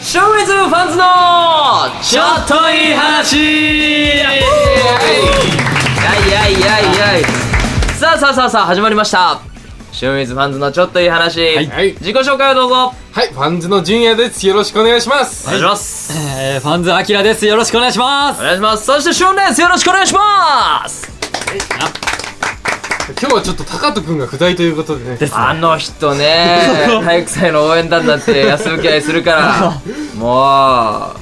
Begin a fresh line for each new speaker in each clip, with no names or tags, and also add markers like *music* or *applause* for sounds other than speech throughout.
ショーウェズファンズのちょっといい話はいやいやいやいやいさあさあさあさあ始まりましたショーウェズファンズのちょっといい話、
はい
自己紹介をどうぞ
はい、ファンズの純也です。よろしくお願いします。
お願いします、
えー、ファンズアキラです。よろしくお願いします
お。願いしますそしてショーンですよろしくお願いします
今日はちょっと高人くんが不在ということでね。
あの人ね
*laughs*
体育祭の応援団だって安請け合いするからも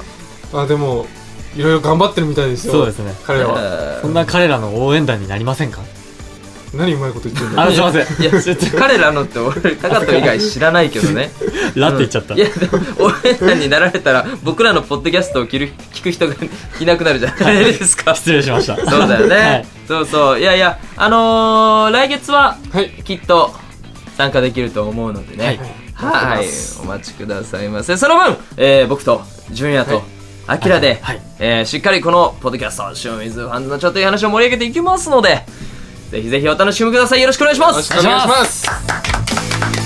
う
あ、でも、いろいろ頑張ってるみたいですよ。
そうですね
彼らは。
え
そんな彼らの応援団になりませんか
何うまいこと言ってんだ
あの、すいません。
ーいや
*laughs*
彼らのって俺高藤以外知らないけどね
ラって言っちゃった。
いやでも応援団になられたら僕らのポッドキャストを聞る聞く人が *laughs* いなくなるじゃないですか
失礼しました。
そうだよね、
はい
そうそういやいやあのー、来月は
はい。
きっと参加できると思うのでねはい、お待ちくださいませその分、えー僕と純也と、あきらで、
はい
えーしっかりこのポッドキャスト「シュンウィズファンズのちょっといい話」を盛り上げていきますのでぜひぜひお楽しみくださいよろしくお願いしま
よろ
す
しくお願いします。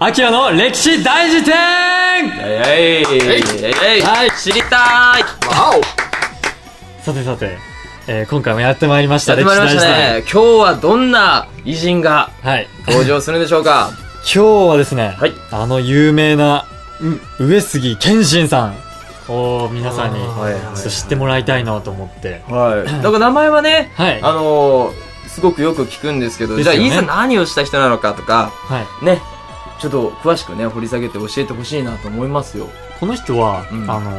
アキラの歴史大辞典
はいはいはいはい知りたい
わ
さてさて、えー、今回もやってまいりました。
やってまいりましたね。今日はどんな偉人が
典。はい。
登場するんでしょうか
今日はですね、
はい
あの有名な、上杉謙信さんを皆さんに、ち
あーはいはい
ょっと知ってもらいたいなと思って。
はい。なんか名前はね、
はい。
あのー、すごくよく聞くんですけど、
で
じ
す
ゃ
よ
あ、
ね
いざ何をした人なのかとか、
はい。
ね、ちょっと詳しくね、掘り下げて教えてほしいなと思いますよ。
この人は、
うん
あの、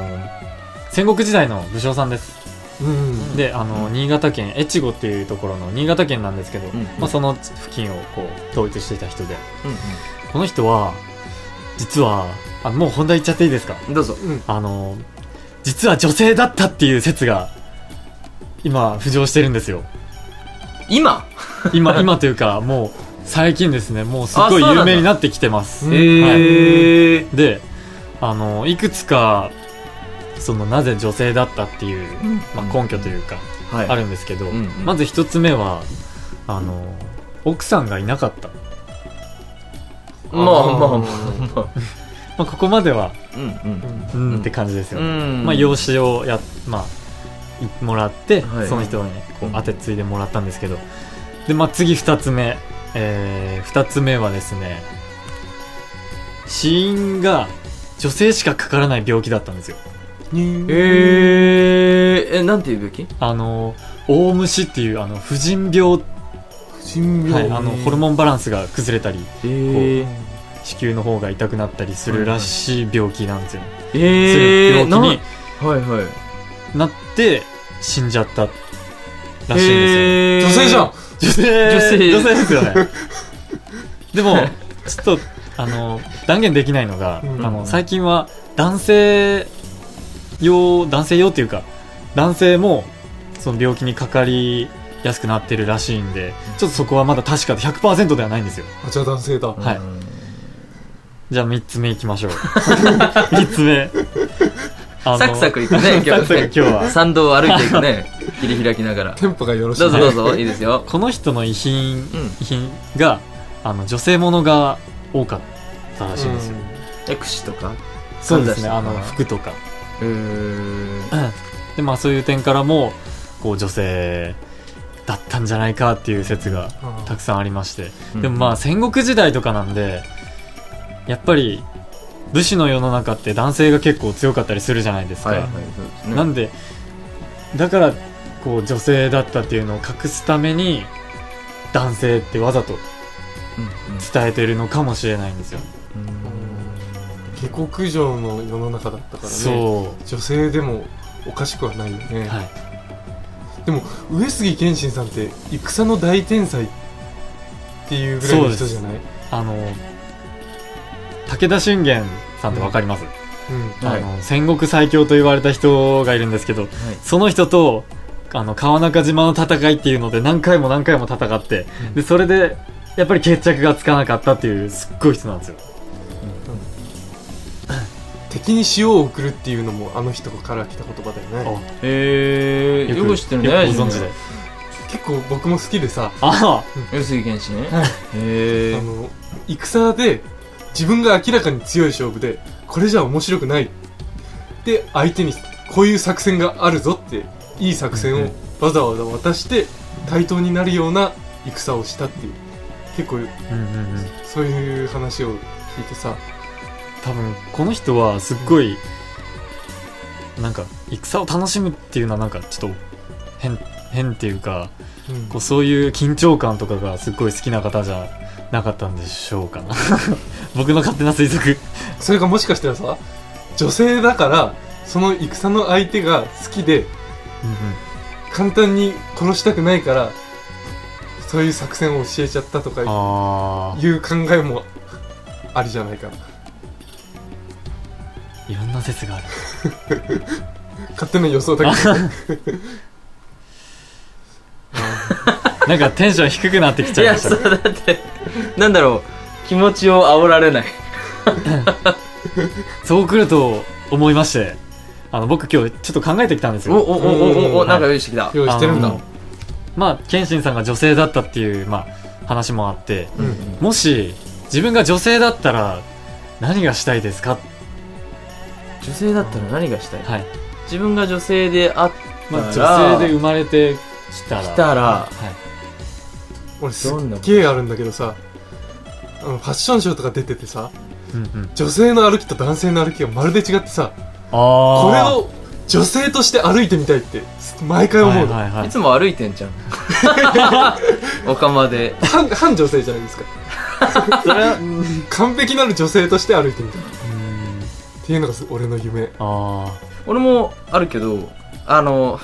戦国時代の武将さんです。
おうん。
であの新潟県越後っていうところの新潟県なんですけど、
ん
まあ、その付近をこう統一していた人でこの人は実はあもう本題言っちゃっていいですか
うん。どうぞ。
あの実は女性だったっていう説が今浮上してるんですよ
今 *laughs*
今今というかもう最近ですねもうすご
あそう
い
なんだ
有名になってきてます
うん
えー。
であのいくつかそのなぜ女性だったっていう、まあ、根拠というか、
はい。
あるんですけど、
うんうん
まず一つ目はあの奥さんがいなかった、ま
まあまあまあまあ。
あ、ここまでは
うんう
う
んん
って感じですよ、
うん。
まあ、養子をや、まあ、いもらって、
はい
その人に、ね、こ
う
うん当て継いでもらったんですけどで、まあ、次二つ目、えー、二つ目はですね死因が女性しかかからない病気だったんですよ
えー、え、なんていうべき
あの大虫っていうあの婦人病、は
神
い、あのホル
ン。
モンバランスが崩れたり
え
ー
ー。
子宮の方が痛くなったりするらしい病気なんですよ、する
えー、
病気に
はいはい。
なって死んじゃったらしいん
え
で
ー
女性じゃん。
すよ、女性
女性
女性ですよねでもちょっとあの断言できないのが、
うん
あの最近は男性用男性用っていうか男性もその病気にかかりやすくなってるらしいんでちょっとそこはまだ確かで100%ではないんですよ
あ、じゃあ男性だ。
はい
うん
じゃあ3つ目いきましょう3つ目あの
サクサクいくね、今日
サクサク今日は
参道を歩いていくね。切り開きながら。
テンポがよろしい
どう
ね。
ぞどうぞ、いいですよ。
この人の遺
う
品、
ん
遺品があの女性ものが多かったらしいんですよ、
え、櫛とか
そうですね
か
あの服とか *clears throat*
うーん。
でまあそういう点からもこう女性だったんじゃないかっていう説が
うん
たくさんありまして、でもまあ戦国時代とかなんでやっぱり武士の世の中って男性が結構強かったりするじゃないですか、
はいはい、そうですね。
なんでだからこう女性だったっていうのを隠すために男性ってわざ
う
と
んうん
伝えてるのかもしれないんですよ、
下克上の世の中だったからね。
そ
女性でもおかしくはないよね。
う、はい、
でも上杉謙信さんって戦の大天才っていうぐらいの人じゃない
あの武田信玄さんってわかります、
うん
うんはい
あの戦国最強と言われた人がいるんですけどその人とあの川中島の戦いっていうので何回も何回も戦って、
うん
でそれでやっぱり決着がつかなかったっていうすっごい人なんですよ
敵に塩を送るっていうのもあの人から来た言葉だよね
あ
へえ、よく知ってるね。
よくご存知で
結構僕も好きでさ
あ
上杉謙信ね
はい
へ
あ
え
の戦で自分が明らかに強い勝負でこれじゃ面白くないで相手にこういう作戦があるぞっていい作戦をわざわざ渡して対等になるような戦をしたっていう結構
あうんうんうん
そういう話を聞いてさ
多分この人はすっごいなんか戦を楽しむっていうのはなんかちょっと変変っていうか
うん
こうそういう緊張感とかがすっごい好きな方じゃなかったんでしょうかな *laughs* 僕の勝手な推測
それがもしかしたらさ女性だからその戦の相手が好きで簡単に殺したくないからそういう作戦を教えちゃったとか
あ
いう考えもありじゃないかな
あいろんな説がある
勝手な予想だけど
なんかテンション低くなってき
い
ちゃい
や
まし
そ
た
うだってなんだろう気持ちを煽られない
そうくると思いましてあの僕今日ちょっと考えてきたんです
おお
よ
おおおお
はい
なんか用意してきた
用意してるんだ
あのまあ謙信さんが女性だったっていう、まあ、話もあって
うん
もし自分が女性だったら何がしたいですか
女性だったら何がしたい
はい、
自分が女性であっ
まあ、
たら
女性で生まれてきたら
来たら
はい、
俺す
どんな
っげえあるんだけどさあのファッションショーとか出ててさ
うんうん、
女性の歩きと男性の歩きがまるで違ってさこれ
あ
を女性として歩いてみたいってす毎回
こ
思うの、
はいはいはいい、
つも歩いてんじゃ
*laughs*
んお釜で
反反女性じゃないですか
それはう
*laughs* 完璧なる女性として歩いてみたいっ
ーん
ていうのがす俺の夢
あ
俺もあるけどあの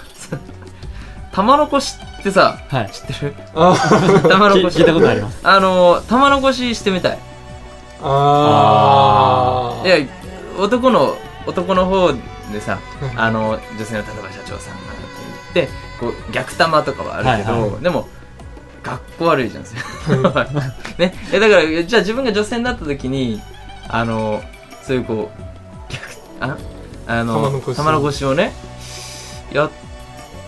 玉のこしってさ
あはい
知ってる
あ
玉の
聞
こし
聞いたことあります
あの玉のこししてみたい
ーあ
い
ー
や男の男の方でさ
うん
あの女性の例えば社長さんがって言ってこう逆玉とかはあるけど、
はい
でも学校悪いじゃんそれ *laughs* ねえだからじゃあ自分が女性になった時にあのそういうこう逆ああの
玉の腰
玉の腰をねやっ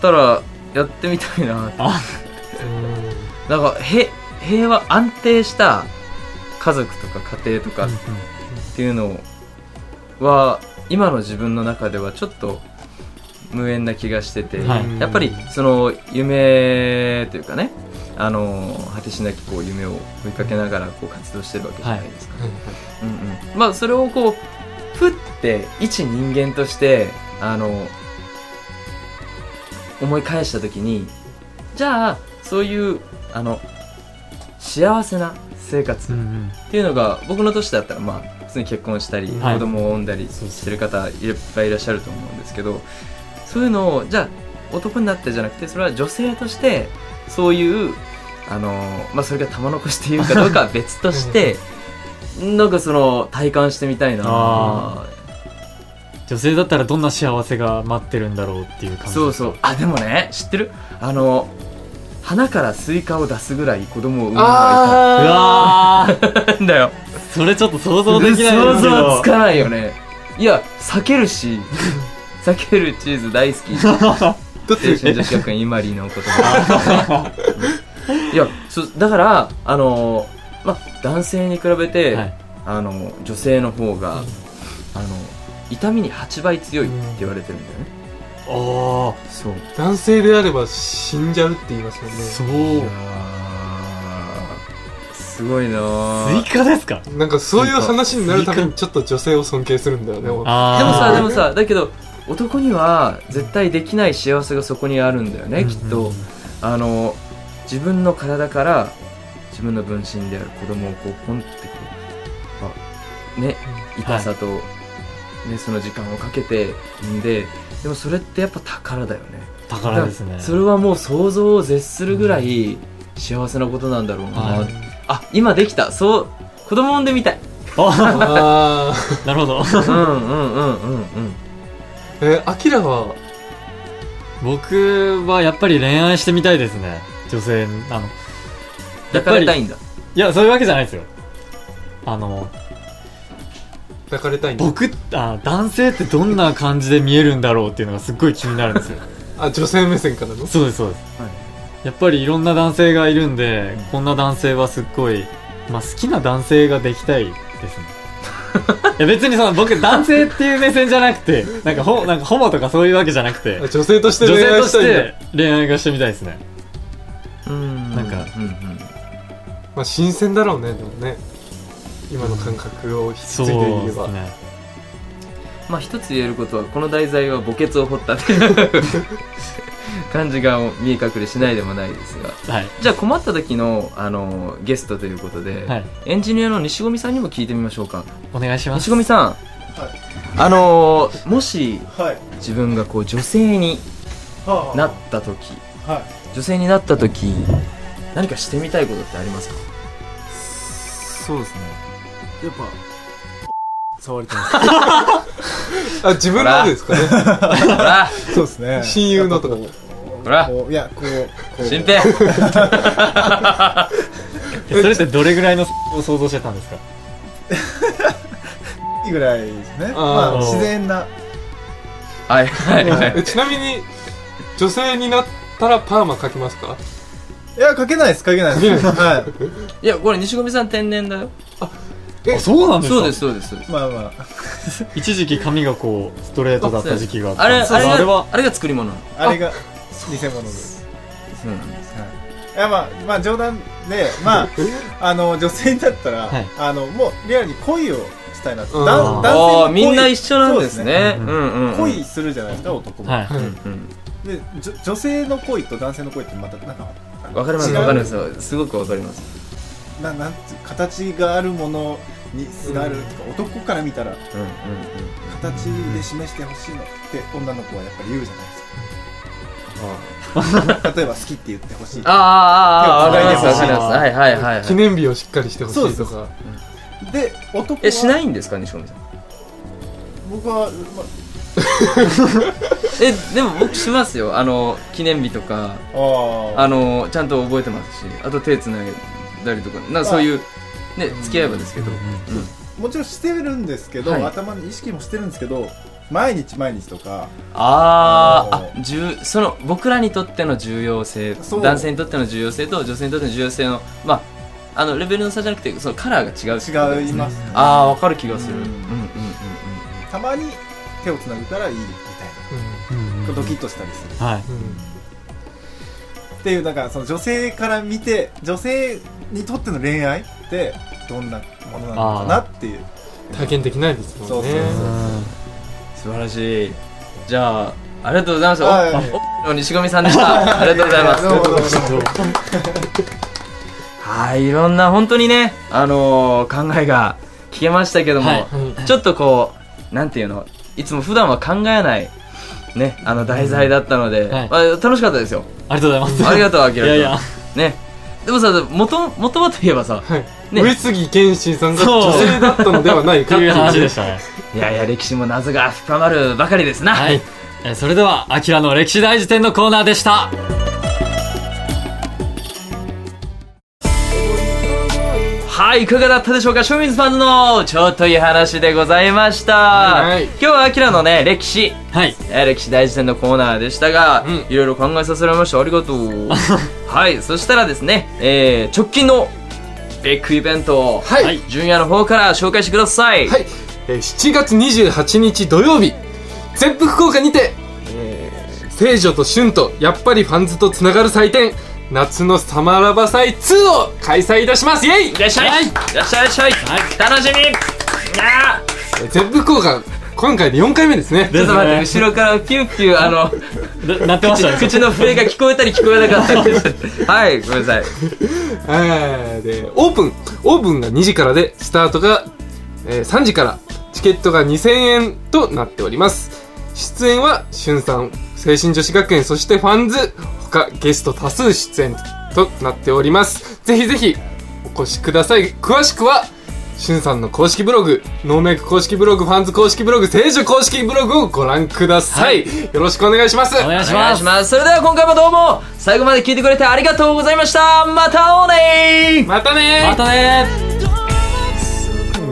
たらやってみたいなって
あ
うん
なんかへ平和安定した家族とか家庭とかっていうのは今の自分の中ではちょっと無縁な気がしてて、
はい
うん
やっぱりその夢というかねあの果てしなきこう夢を追いかけながらこう活動してるわけじゃないですか、うんうん、まあそれをこうふって一人間としてあの思い返した時にじゃあそういうあの幸せな生活
うんうん
っていうのが僕の年だったらまあ普通に結婚したり、
はい
子供を産んだりしてる方いっぱいいらっしゃると思うんですけどそういうのをじゃあ男になってじゃなくてそれは女性としてそういうあのーまあそれが玉のこしっていうかどうかは別としてなんかその体感してみたいな
あ女性だったらどんな幸せが待ってるんだろうっていう感じ
そうそうあでもね知ってるあの花からスイカを出すぐらい子供を産むのが
う
あ
わー
いたんだよ
それちょっと想像できない
想
ですけ
像
ど
つかないよねいや避ける
*laughs*
し避けるチーズ大好き青
ーだって
春女子学院イマリーの言
*laughs*
葉うんいやそだからあのーま男性に比べて、
*laughs* はい
あの女性の方が、あの痛みに8倍強いって言われてるんだよね、
おー
そう
男性であれば死んじゃうって言いますもんね
そう
すごいな
スイ
ー
カですか
なんかそういう話になるためにちょっと女性を尊敬するんだよね俺
でも
あ
さ
ー
でもさだけど男には絶対できない幸せがそこにあるんだよね、きっと、
うんうん
あの自分の体から自分の分身である子供をこうポンってこうあね痛さと、ね、その時間をかけて産んででもそれってやっぱ宝だよね
宝ですね
だからそれはもう想像を絶するぐらい幸せなことなんだろうな、
はい
あ今できたそう子供産んでみた
*laughs*
い
あ
ああ
*laughs* なるほ
う
ど
んうんうんうんうん
えアキラは
僕はやっぱり恋愛してみたいですね女性あのやっぱ
抱か
り
れたいんだ
いやそういうわけじゃないですよあの
抱かれたいんだ
僕あ男性ってどんな感じで見えるんだろうっていうのがすっごい気になるんですよ
あ女性目線からの
そうですそうですやっぱりいろんな男性がいるんで、
うん
こんな男性はすっごい、まあ、好きな男性ができたいですねいや別にその僕男性っていう目線じゃなくてなんかほなんかホモとかそういうわけじゃなくて
あ女性として
女
恋
性
愛
と
し
した
いんだ
て恋愛がしてみたいですね
うん
なんか
うんうん
まあ新鮮だろうねでもね今の感覚を引き継
そ
いうでい
で
れば
すね
まあ一つ言えることはこの題材は墓穴を掘ったっていう *laughs* 感じが見え隠れしないでもないですが
はい
じゃあ困った時のあのゲストということで、
はい
エンジニアの西込さんにも聞いてみましょうか
お願いします
西込さん、あのーもし
はい。
自分がこう女性に
は
なった時
あ、はい。
女性になった時何かしてみたいことってあり
*laughs*
ますか
そうですねやっぱ触りたいです
*laughs* あ自分のですかね
ほら
そうですね。
親友のとか
やっぱこう
ほら
こういや、こう、こう。
新
*laughs*
平
えそれってどれぐらいのを想像してたんですか
いいぐらいです
あ
ね。
ー
まあ、自然な。
はいはいは
え
い
ちなみに女性になったらパーマかけますか
いや、かけないです、かけないです。はい。
いやこれ西込さん天然だよ
え
あそうなんですか
そうですそうですそうです
まあまあ、
一時期髪がこうストレートだった時期があった
あ
ん
れ
で
あ
すけ
れ
ど
が
あ
あれ
れは
が作り物なの
あれが偽物です。
そうなんです
はい。いや、まあ、まあ、冗談で、まあ、あの、女性だったら
はい、
あの、もう、リアルに恋をしたいなと。
うん
だん男性も
ああ
恋
みんな一緒なんですね
そううんです
う
ね
んうん
そうですね恋するじゃないですか、男も。
は
う
い
んうん
で、じょ女性の恋と男性の恋ってまた、なんか、
わかります
違う
わかりますすごくわかります
ななんつう形があるものにすがるとか、男から見たら
うんうん
形で示してほしいのって女の子はやっぱり言うじゃないですか例えば好きって言ってほしい
ああああああわかります
手を
わ
繋
か
い
り
で
ます
ほしい
はいはいはいは
記
い
念日をしっかりしてほしい
そ
と
うそ
か
で男は
えしないんですか西込さん
僕は、
えでも僕しますよあの記念日とか
まあ、あ
あのちゃんと覚えてますしあと手つないだりとかなんかそういうね付き合えばですけど
ーもちろんしてるんですけど、
はい
頭の意識もしてるんですけど毎日毎日とか
あー
お
あ重その僕らにとっての重要性
そう
男性にとっての重要性と女性にとっての重要性のまああのレベルの差じゃなくてそのカラーが違うってことで
違い
すね
ます、ね、
ああわかる気がするう
うんん
うんうんうん
たまに手をつなぐからいいみたい
うん
なドキッとしたりする
はい
うんうん
っていうだからその女性から見て女性にとっての恋愛ってどんなものなのかなっていう
体験できないですもんね
そう
う
そ
ん
素晴らしいじゃあありがとうございました
はい
おおの西込さんでしたありがとうございます
どうもどうもどうも
はいいろんな本当にねあのー考えが聞けましたけども、
はい
うん
ちょっとこう、なんていうの、いつも普段は考えない、ね、あの題材だったので、
はい
まあ、楽しかったですよ。
ありがとうございます
*laughs* ありがとう、ア
い
キラ
やいや
君。ね。でもさ、もと、もとはといえばさ、
はい
ね
上杉謙信さんが
そう
女性だったのではない
と
かって
*laughs* いう話
い
で
う
したね
いやいや、歴史も謎が深まるばかりですな。
はい。えーそれでは、アキラの歴史大辞典のコーナーでした。
はい、いかがだったでしょうか清水パンズの、ちょっといい話でございました。
はいはい
今日はアキラのね、歴史、
はい。
えー歴史大事典のコーナーでしたが、
うん
いろいろ考えさせられましたありがとうはいそしたらですね、えー直近のビッグイベントを、
はい
ジュニアの方から紹介してください、
はい、えー7月28日土曜日全福福岡にて、えー聖女と春とやっぱりファンズとつながる祭典夏のサマラバ祭2を開催いたしますイエイ
いらっしゃい、
はい
い、らっしゃいいらっしゃい、楽しみあー
えー全福福岡今回で4回目ですね
ちょっと待って、
です
後ろからピューピュー、あの、
ななってましたね。
口の笛が聞こえたり聞こえなかったりして。はい、ごめんなさい。
えーでオープンオープンが2時からでスタートが、えー3時からチケットが2000円となっております出演はしゅんさん精神女子学園そしてファンズ他ゲスト多数出演となっておりますぜひぜひお越しください詳しくはしゅんさんの公式ブログノーメイク公式ブログファンズ公式ブログ聖女公式ブログをご覧ください、よろしくお願いします
お願い
お
し
願
ま
いし
す。
ます。それでは今回もどうも、最後まで聞いてくれてありがとうございました。また会おうねー
またねー
またね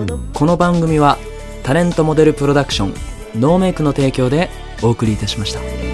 ー
この番組はタレントモデルプロダクションノーメイクの提供でお送りいたしました。